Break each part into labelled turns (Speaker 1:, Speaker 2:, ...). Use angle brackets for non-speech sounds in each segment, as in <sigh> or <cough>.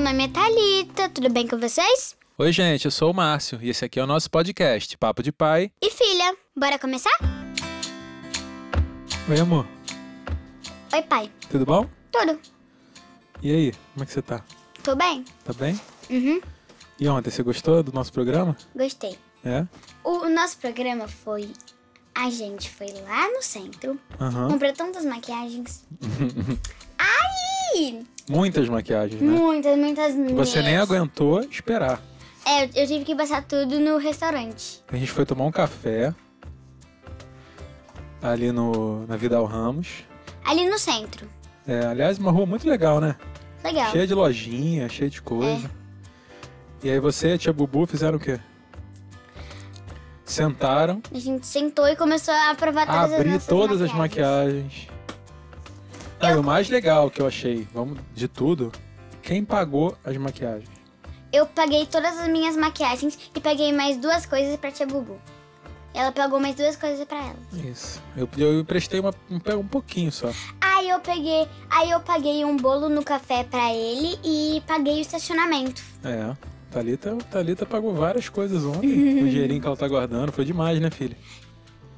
Speaker 1: nome é Thalita, tudo bem com vocês?
Speaker 2: Oi, gente, eu sou o Márcio e esse aqui é o nosso podcast, Papo de Pai.
Speaker 1: E filha, bora começar?
Speaker 2: Oi, amor,
Speaker 1: Oi, pai.
Speaker 2: tudo bom?
Speaker 1: Tudo?
Speaker 2: E aí, como é que você tá?
Speaker 1: Tô bem?
Speaker 2: Tá bem?
Speaker 1: Uhum,
Speaker 2: E ontem, você gostou do nosso programa?
Speaker 1: gostei.
Speaker 2: É?
Speaker 1: O nosso programa foi. A gente foi lá no centro,
Speaker 2: Aham.
Speaker 1: comprou tantas maquiagens. Ai!
Speaker 2: Muitas maquiagens, né?
Speaker 1: Muitas, muitas mesmo.
Speaker 2: Você nem aguentou esperar.
Speaker 1: É, eu- eu tive que passar tudo no restaurante.
Speaker 2: A gente foi tomar um café ali no, na Vidal Ramos.
Speaker 1: Ali no centro.
Speaker 2: É, aliás, uma rua muito legal, né?
Speaker 1: Legal.
Speaker 2: Cheia de lojinha, cheia de coisa.
Speaker 1: É.
Speaker 2: E aí você e a tia Bubu fizeram o quê? Sentaram,
Speaker 1: A gente sentou e começou a provar
Speaker 2: a
Speaker 1: todas
Speaker 2: abrir
Speaker 1: as nossas
Speaker 2: todas as
Speaker 1: maquiagens.
Speaker 2: maquiagens. Ah, e o mais legal que eu achei, vamos de tudo, quem pagou as maquiagens?
Speaker 1: Eu paguei todas as minhas maquiagens e paguei mais duas coisas pra tia Bubu. Ela pagou mais duas coisas pra ela.
Speaker 2: Isso. Eu, eu emprestei uma, um, um pouquinho só.
Speaker 1: Aí eu peguei, aí eu paguei um bolo no café pra ele e paguei o estacionamento.
Speaker 2: É. Thalita, Thalita pagou várias coisas
Speaker 1: <laughs>
Speaker 2: ontem. o dinheirinho que ela tá guardando. Foi demais, né, filha?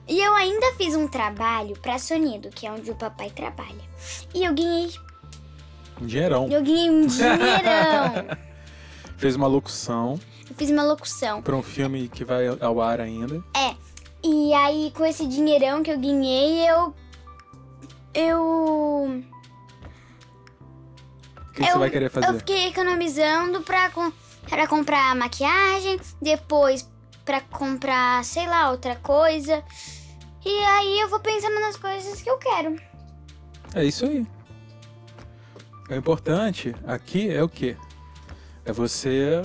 Speaker 1: E eu ainda fiz um trabalho pra Sonido, que é onde o papai trabalha. E eu ganhei,
Speaker 2: Um dinheirão.
Speaker 1: eu ganhei um dinheirão.
Speaker 2: Fez uma locução
Speaker 1: eu fiz uma locução.
Speaker 2: pra um filme que vai ao ar ainda.
Speaker 1: E aí, com esse dinheirão que eu ganhei, eu. Eu.
Speaker 2: O que, que você
Speaker 1: Eu-
Speaker 2: vai querer
Speaker 1: Eu
Speaker 2: fazer?
Speaker 1: fiquei economizando pra, com, pra comprar maquiagem, depois pra comprar, sei lá, outra coisa. E aí eu vou pensando nas coisas que eu quero.
Speaker 2: É isso aí. O importante aqui é o quê? É você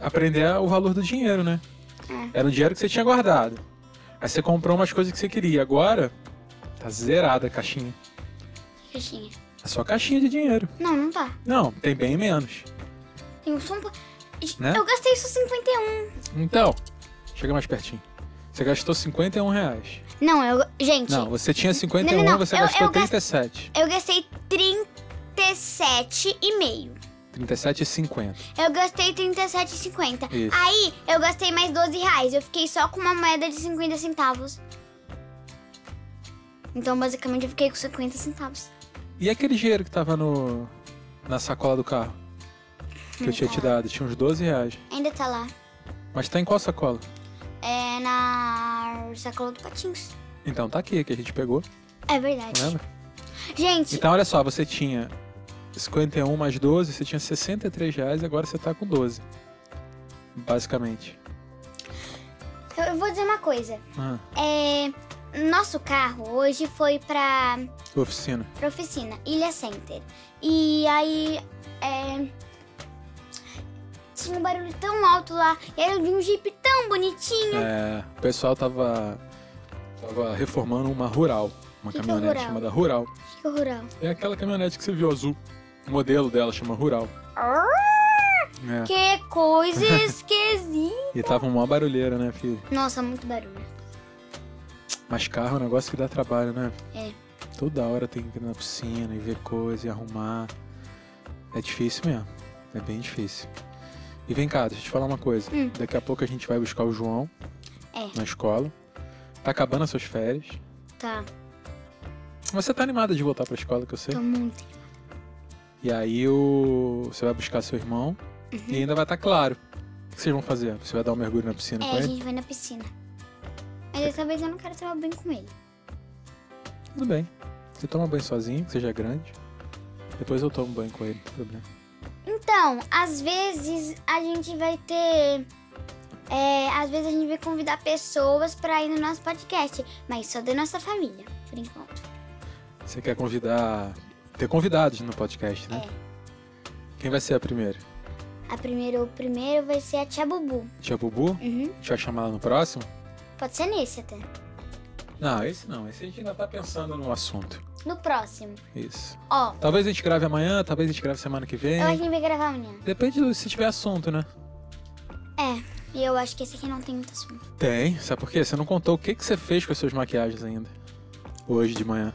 Speaker 2: aprender o valor do dinheiro, né?
Speaker 1: É.
Speaker 2: Era o dinheiro que você tinha guardado. Aí você comprou umas coisas que você queria. Agora, tá zerada a caixinha.
Speaker 1: Caixinha.
Speaker 2: É só caixinha de dinheiro.
Speaker 1: Não, não tá.
Speaker 2: Não, tem bem menos.
Speaker 1: Tenho só um po- Ih,
Speaker 2: Né?
Speaker 1: Eu gastei só 51.
Speaker 2: Então, chega mais pertinho. Você gastou 51 reais.
Speaker 1: Não, eu. Gente,
Speaker 2: Não, você tinha 51,
Speaker 1: Não, não, não.
Speaker 2: você
Speaker 1: Eu- eu
Speaker 2: gastou
Speaker 1: gasto-
Speaker 2: 37.
Speaker 1: eu gastei 37,5.
Speaker 2: 37,50.
Speaker 1: Eu gastei 37,50.
Speaker 2: Isso.
Speaker 1: Aí eu gastei mais 12 reais. Eu fiquei só com uma moeda de 50 centavos. Então, basicamente, eu fiquei com 50 centavos.
Speaker 2: E aquele dinheiro que tava no, na sacola do carro? Que eu tinha te dado, tinha uns 12 reais.
Speaker 1: Ainda tá lá.
Speaker 2: Mas tá em qual sacola?
Speaker 1: É na sacola do Patins.
Speaker 2: Então tá aqui, que a gente pegou,
Speaker 1: É verdade.
Speaker 2: lembra?
Speaker 1: Gente,
Speaker 2: Então olha só, você tinha 51 mais 12, você tinha 63 reais e agora você tá com 12. Basicamente.
Speaker 1: eu- eu vou dizer uma coisa.
Speaker 2: Ah,
Speaker 1: É, nosso carro hoje foi pra,
Speaker 2: oficina.
Speaker 1: pra oficina, Ilha Center. E aí. é, tinha um barulho tão alto lá. E era de um jeep tão bonitinho.
Speaker 2: É, o pessoal tava, tava reformando uma rural. Uma
Speaker 1: Que que é
Speaker 2: caminhonete
Speaker 1: Rural?
Speaker 2: chamada Rural.
Speaker 1: Que rural.
Speaker 2: É aquela caminhonete que você viu azul. O modelo dela chama Rural. É.
Speaker 1: Que coisa esquisita.
Speaker 2: E tava uma barulheira, né, filho?
Speaker 1: Nossa, muito barulho.
Speaker 2: Mas carro é um negócio que dá trabalho, né?
Speaker 1: É.
Speaker 2: Toda hora tem que ir na piscina e ver coisa e arrumar. É difícil mesmo. É bem difícil. E vem cá, deixa eu te falar uma coisa.
Speaker 1: Hum.
Speaker 2: Daqui a pouco a gente vai buscar o João
Speaker 1: É.
Speaker 2: na escola. Tá acabando as suas férias.
Speaker 1: Tá,
Speaker 2: Você tá animada de voltar pra escola, que eu sei.
Speaker 1: tô muito.
Speaker 2: E aí o... você vai buscar seu irmão
Speaker 1: Uhum.
Speaker 2: e ainda vai estar claro. O que vocês vão fazer? Você vai dar um mergulho na piscina
Speaker 1: É,
Speaker 2: com
Speaker 1: a
Speaker 2: ele?
Speaker 1: gente vai na piscina. Mas dessa vez eu não quero tomar banho com ele.
Speaker 2: Tudo bem. Você toma banho sozinho, que você já é grande. Depois eu tomo banho com ele, não tem problema.
Speaker 1: Então, às vezes a gente vai ter. É, às vezes a gente vai convidar pessoas pra ir no nosso podcast, mas só da nossa família, por enquanto.
Speaker 2: Você quer convidar. ter convidados no podcast, né?
Speaker 1: É.
Speaker 2: Quem vai ser a primeira?
Speaker 1: A primeira, o primeiro vai ser a tia Bubu.
Speaker 2: Tia Bubu?
Speaker 1: Uhum.
Speaker 2: A gente vai chamar ela no próximo?
Speaker 1: Pode ser nesse até.
Speaker 2: Não, esse não. Esse a gente ainda tá pensando no assunto.
Speaker 1: No próximo.
Speaker 2: Isso.
Speaker 1: Ó,
Speaker 2: Talvez a gente grave amanhã, talvez a gente grave semana que vem.
Speaker 1: eu acho que a gente vai gravar amanhã.
Speaker 2: Depende do- se tiver assunto, né?
Speaker 1: E eu acho que esse aqui não tem muito assunto.
Speaker 2: Tem. Sabe por quê? Você não contou o que, que você fez com as suas maquiagens ainda. Hoje de manhã.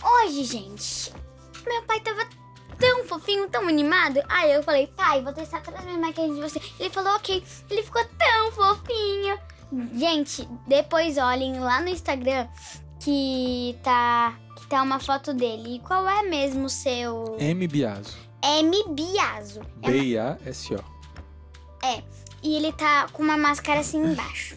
Speaker 1: Hoje, gente, meu pai tava tão fofinho, tão animado. Aí eu falei, pai, vou testar todas as minhas maquiagens de você. Ele falou, ok. Ele ficou tão fofinho. Gente, depois olhem lá no Instagram que tá, que tá uma foto dele. E qual é mesmo o seu? É
Speaker 2: M. Biaso.
Speaker 1: M. Biaso.
Speaker 2: B-I-A-S-O.
Speaker 1: E ele tá com uma máscara assim embaixo.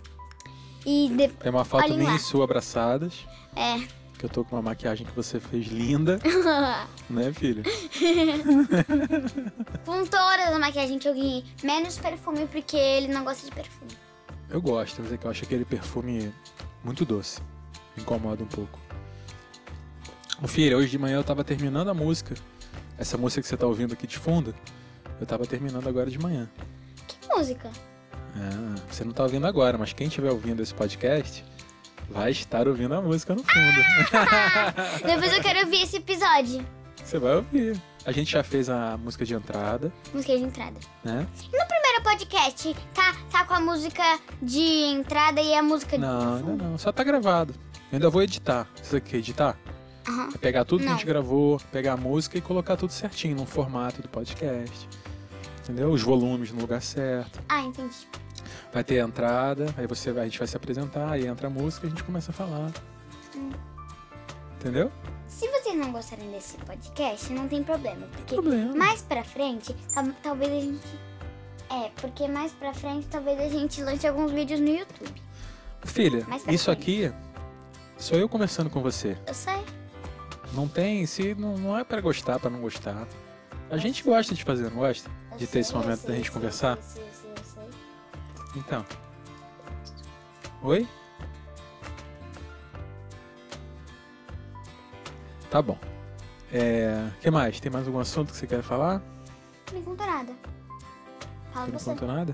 Speaker 1: E de-
Speaker 2: Tem uma foto
Speaker 1: Olhem
Speaker 2: minha
Speaker 1: lá.
Speaker 2: e sua abraçadas.
Speaker 1: É.
Speaker 2: Que eu tô com uma maquiagem que você
Speaker 1: <laughs>
Speaker 2: fez linda, né, filho?
Speaker 1: com todas as maquiagens que eu ganhei. Menos perfume, porque ele não gosta de perfume.
Speaker 2: Eu gosto, mas é que eu acho aquele perfume muito doce. Me incomoda um pouco. Ô, Filho, hoje de manhã eu tava terminando a música. Essa música que você tá ouvindo aqui de fundo, eu tava terminando agora de manhã.
Speaker 1: Que música?
Speaker 2: Ah, você não tá ouvindo agora, mas quem estiver ouvindo esse podcast vai estar ouvindo a música no fundo.
Speaker 1: Depois eu quero ouvir esse episódio.
Speaker 2: você vai ouvir. A gente já fez a música de entrada,
Speaker 1: Música de entrada.
Speaker 2: né?
Speaker 1: Primeiro podcast, tá, tá com a música de entrada e a música de
Speaker 2: Não, ainda
Speaker 1: fundo.
Speaker 2: não. Só tá gravado. Eu ainda vou editar. Você quer editar?
Speaker 1: Aham.
Speaker 2: É pegar tudo que a
Speaker 1: Não.
Speaker 2: gente gravou, pegar a música e colocar tudo certinho no formato do podcast. Entendeu? Os volumes no lugar certo.
Speaker 1: Ah, entendi.
Speaker 2: Vai ter a entrada, aí você vai, a gente vai se apresentar, aí entra a música e a gente começa a falar. Entendeu?
Speaker 1: Se vocês não gostarem desse podcast, não tem problema, porque
Speaker 2: Problema.
Speaker 1: mais pra frente, tal- talvez a gente é, porque mais pra frente talvez a gente lance alguns vídeos no YouTube.
Speaker 2: Filha,
Speaker 1: Mais pra
Speaker 2: isso aqui sou eu conversando com você.
Speaker 1: Eu sei.
Speaker 2: Não tem, se não, não é pra gostar, pra não gostar. A gente gosta de fazer, não gosta?
Speaker 1: eu
Speaker 2: De ter
Speaker 1: sei,
Speaker 2: esse
Speaker 1: eu
Speaker 2: momento
Speaker 1: sei,
Speaker 2: da
Speaker 1: eu
Speaker 2: gente
Speaker 1: sei,
Speaker 2: conversar?
Speaker 1: eu sei, eu sei, eu sei.
Speaker 2: Então. Oi? Tá bom. É, que mais? Tem mais algum assunto que você quer falar?
Speaker 1: Não conta nada. Fala
Speaker 2: Por
Speaker 1: Ah, você.
Speaker 2: enquanto nada?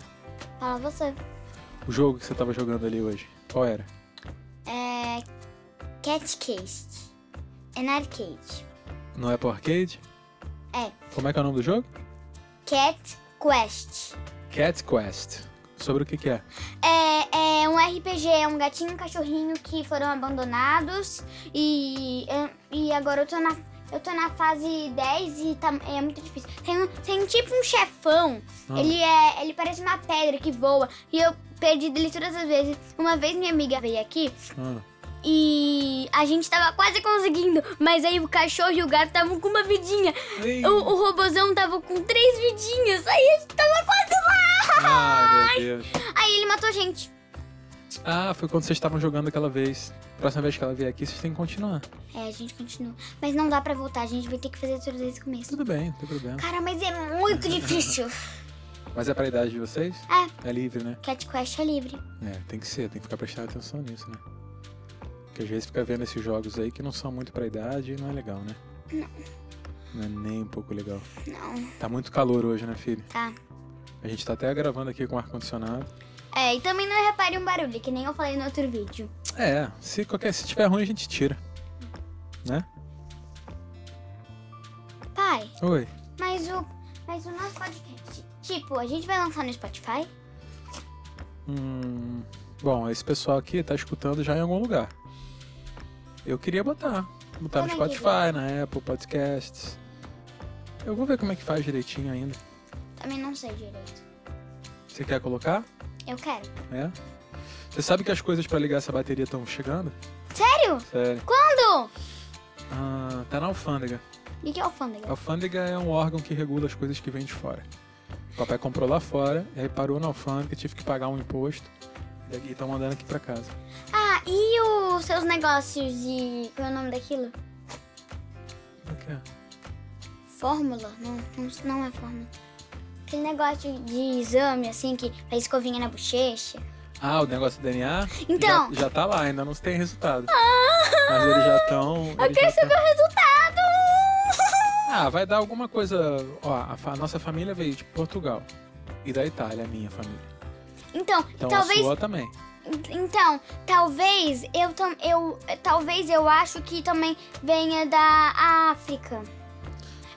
Speaker 1: Fala você.
Speaker 2: O jogo que você tava jogando ali hoje, qual era?
Speaker 1: É Cat Case. É na arcade.
Speaker 2: Não é pro arcade?
Speaker 1: É.
Speaker 2: Como é que é o nome do jogo?
Speaker 1: Cat Quest.
Speaker 2: Cat Quest. Sobre o que que é?
Speaker 1: É, é um RPG, é um gatinho e um cachorrinho que foram abandonados e, é, e agora eu tô na, eu tô na fase 10 e tá, é muito difícil. Tem, um- tem tipo um chefão,
Speaker 2: Ah.
Speaker 1: ele, é, ele parece uma pedra que voa e eu perdi dele todas as vezes. Uma vez minha amiga veio aqui
Speaker 2: Ah,
Speaker 1: e a gente tava quase conseguindo, mas aí o cachorro e o gato estavam com uma vidinha,
Speaker 2: ei.
Speaker 1: o, o robozão tava com três vidinhas, aí a gente tava quase lá!
Speaker 2: Ai, meu Deus.
Speaker 1: Aí ele matou a gente.
Speaker 2: Ah, foi quando vocês estavam jogando aquela vez. Próxima vez que ela vier aqui, vocês têm que continuar.
Speaker 1: É, a gente continua. Mas não dá pra voltar, a gente vai ter que fazer tudo desde o começo.
Speaker 2: Tudo bem, não tem problema.
Speaker 1: Cara, mas é muito difícil. <laughs>
Speaker 2: Mas é pra idade de vocês?
Speaker 1: É.
Speaker 2: É livre, né?
Speaker 1: Cat Quest é livre.
Speaker 2: É, tem que ser, tem que ficar prestando atenção nisso, né? Porque às vezes fica vendo esses jogos aí que não são muito pra idade e não é legal, né? Não. Não é nem um pouco legal.
Speaker 1: Não,
Speaker 2: Tá muito calor hoje, né, filho?
Speaker 1: tá.
Speaker 2: A gente tá até gravando aqui com ar-condicionado.
Speaker 1: É, e também não repare um barulho, que nem eu falei no outro vídeo.
Speaker 2: É, se qualquer. Se tiver ruim, a gente tira. Né?
Speaker 1: Pai,
Speaker 2: Oi.
Speaker 1: mas o, mas o nosso podcast, tipo, a gente vai lançar no Spotify?
Speaker 2: Hum, bom, esse pessoal aqui tá escutando já em algum lugar. Eu queria botar. Botar no
Speaker 1: Como é que
Speaker 2: Spotify, na Apple Podcasts. Eu vou ver como é que faz direitinho ainda.
Speaker 1: Também não sei direito.
Speaker 2: Você quer colocar?
Speaker 1: Eu quero.
Speaker 2: É. Você sabe que as coisas pra ligar essa bateria estão chegando?
Speaker 1: Sério?
Speaker 2: Sério.
Speaker 1: Quando?
Speaker 2: Ah, tá na alfândega.
Speaker 1: E que é alfândega?
Speaker 2: A alfândega é um órgão que regula as coisas que vêm de fora. O papai comprou lá fora, e aí parou na alfândega, tive que pagar um imposto. E aqui estão mandando aqui pra casa.
Speaker 1: Ah, e os seus negócios de. Qual é o nome daquilo?
Speaker 2: O que é?
Speaker 1: Fórmula? Não, não, não é fórmula. Aquele negócio de exame, assim, que faz escovinha na bochecha.
Speaker 2: Ah, o negócio do DNA?
Speaker 1: Então. Ah.
Speaker 2: Já, já tá lá, ainda não tem resultado. Mas eles já estão.
Speaker 1: Eu quero saber o resultado!
Speaker 2: Ah, vai dar alguma coisa. Ó, a fa- nossa família veio de Portugal e da Itália, a minha família.
Speaker 1: <laughs> Então,
Speaker 2: Então
Speaker 1: talvez.
Speaker 2: a sua também.
Speaker 1: Então, talvez eu, tam- eu. Talvez eu acho que também venha da África.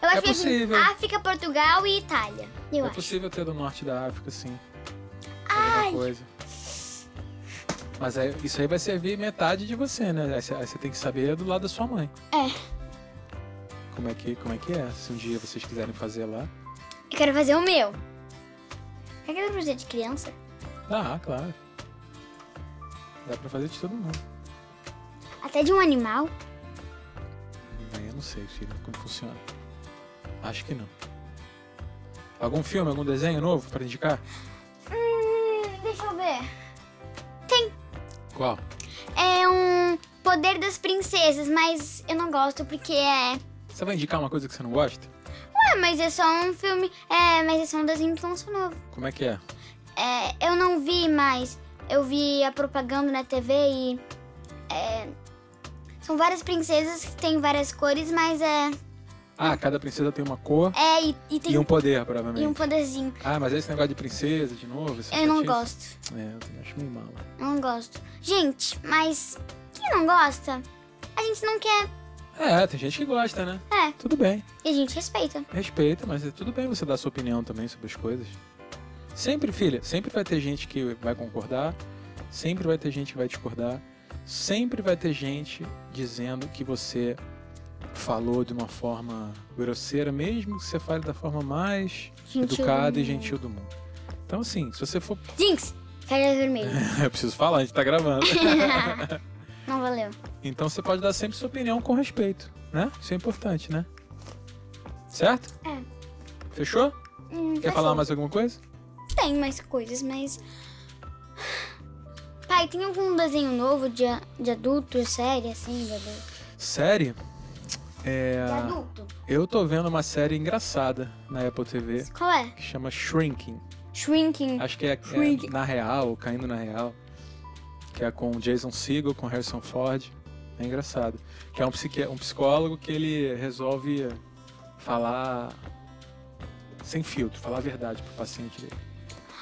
Speaker 1: Eu acho
Speaker 2: possível.
Speaker 1: que é África, Portugal e Itália. Eu
Speaker 2: é
Speaker 1: acho.
Speaker 2: possível ter do norte da África, sim. Alguma coisa. Mas aí- isso aí vai servir metade de você, né? Aí você aí você tem que saber do lado da sua mãe.
Speaker 1: É.
Speaker 2: Com como é que, como é, que é. Se um dia vocês quiserem fazer lá.
Speaker 1: Eu quero fazer o meu. Quer que eu fazer de criança?
Speaker 2: Dá, claro. Dá pra fazer de todo mundo.
Speaker 1: Até de um animal?
Speaker 2: Aí eu não sei, filho, como funciona. Acho que não. Algum filme, algum desenho novo pra indicar?
Speaker 1: Hum, deixa eu ver. Tem.
Speaker 2: Qual?
Speaker 1: É um Poder das Princesas, mas eu não gosto porque é.
Speaker 2: Você vai indicar uma coisa que você não gosta?
Speaker 1: Ué, mas é só um filme. É, mas é só um desenho que lançou novo.
Speaker 2: Como é que é?
Speaker 1: É, eu não vi mais. Eu vi a propaganda na TV e. é, são várias princesas que têm várias cores, mas é.
Speaker 2: Ah, cada princesa tem uma cor
Speaker 1: É, e, e tem
Speaker 2: e um poder,
Speaker 1: e um
Speaker 2: provavelmente.
Speaker 1: poderzinho.
Speaker 2: Ah, mas esse negócio de princesa, de novo? esse
Speaker 1: Eu não
Speaker 2: chatice?
Speaker 1: gosto.
Speaker 2: É, eu também acho meio mal.
Speaker 1: Eu não gosto. Gente, mas quem não gosta, a gente não quer.
Speaker 2: É, tem gente que gosta, né?
Speaker 1: É.
Speaker 2: Tudo bem.
Speaker 1: E a gente respeita.
Speaker 2: Respeita, mas é tudo bem você dar sua opinião também sobre as coisas. Sempre, filha, sempre vai ter gente que vai concordar, sempre vai ter gente que vai discordar, sempre vai ter gente dizendo que você falou de uma forma grosseira, mesmo que você fale da forma mais
Speaker 1: Gentil do
Speaker 2: educada e
Speaker 1: mundo.
Speaker 2: gentil do mundo. Então, assim, se você for. <laughs>
Speaker 1: Jinx, cara vermelho.
Speaker 2: Eu preciso falar, a gente tá
Speaker 1: <laughs>
Speaker 2: gravando.
Speaker 1: não valeu.
Speaker 2: então você pode dar sempre sua opinião com respeito, né? Isso é importante, né? Certo?
Speaker 1: É.
Speaker 2: Fechou?
Speaker 1: Hum,
Speaker 2: Quer
Speaker 1: fechou.
Speaker 2: falar mais alguma coisa?
Speaker 1: Tem mais coisas, mas. Pai, tem algum desenho novo de, a- de adulto, série, assim, de adulto?
Speaker 2: Série? É,
Speaker 1: De adulto?
Speaker 2: eu tô vendo uma série engraçada na Apple TV
Speaker 1: Qual é?
Speaker 2: que chama Shrinking.
Speaker 1: Shrinking.
Speaker 2: Acho que é, é
Speaker 1: Shrinking.
Speaker 2: na real, ou caindo na real. Que é com Jason Segel, com Harrison Ford. É engraçado. Que é um, psiqui- um psicólogo que ele resolve falar sem filtro, falar a verdade pro paciente dele.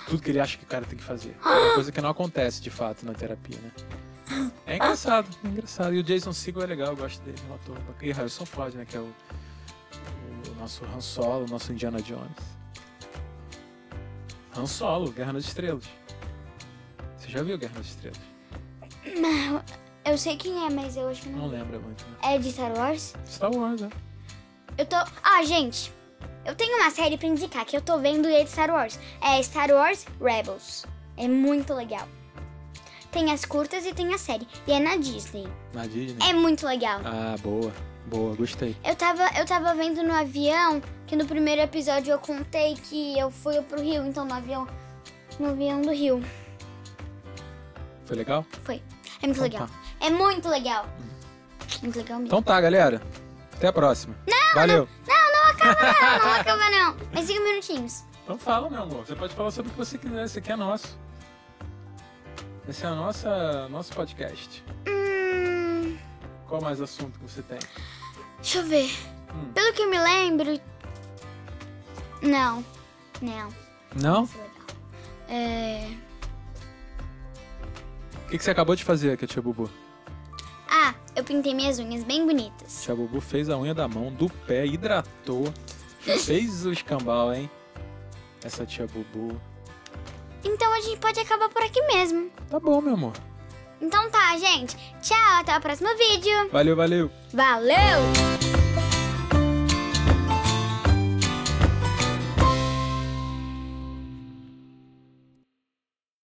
Speaker 2: Tudo que ele acha que o cara tem que fazer. É uma coisa que não acontece de fato na terapia, né? É engraçado, é engraçado. E o Jason Segel é legal, eu gosto dele, é um ator bacana. E Harrison Ford, né? Que é o, o nosso Han Solo, o nosso Indiana Jones. Han Solo, Guerra nas Estrelas. Você já viu Guerra nas Estrelas?
Speaker 1: Eu sei quem é, mas eu acho que não.
Speaker 2: Não lembra muito, né?
Speaker 1: É de Star Wars?
Speaker 2: Star Wars, né?
Speaker 1: Eu tô. Ah, gente, eu tenho uma série pra indicar que eu tô vendo e é de Star Wars. É Star Wars Rebels. É muito legal. Tem as curtas e tem a série. E é na Disney.
Speaker 2: Na Disney.
Speaker 1: É muito legal.
Speaker 2: Ah, boa. Boa, gostei.
Speaker 1: Eu tava, eu tava vendo no avião que no primeiro episódio eu contei que eu fui pro Rio, então no avião. No avião do Rio.
Speaker 2: Foi legal?
Speaker 1: Foi. É muito
Speaker 2: Então
Speaker 1: legal.
Speaker 2: tá.
Speaker 1: É muito legal. Muito legal mesmo.
Speaker 2: Então tá, galera. Até a próxima. Não, Valeu.
Speaker 1: Não, não acaba não. Mais cinco minutinhos.
Speaker 2: Então fala, meu amor. Você pode falar sobre o que você quiser. Esse aqui é nosso. Esse é o nossa, nosso podcast.
Speaker 1: Hum.
Speaker 2: Qual mais assunto que você tem?
Speaker 1: Deixa eu ver.
Speaker 2: Hum.
Speaker 1: Pelo que eu me lembro. Não. Não.
Speaker 2: Não?
Speaker 1: Isso é legal. É...
Speaker 2: O que, que você acabou de fazer aqui, Tia Bubu?
Speaker 1: Ah, eu pintei minhas unhas bem bonitas.
Speaker 2: Tia Bubu fez a unha da mão, do pé, hidratou. Fez o escambau, hein? Essa tia Bubu.
Speaker 1: Então a gente pode acabar por aqui mesmo.
Speaker 2: Tá bom, meu amor.
Speaker 1: Então tá, gente. Tchau, até o próximo vídeo.
Speaker 2: Valeu, valeu.
Speaker 1: Valeu!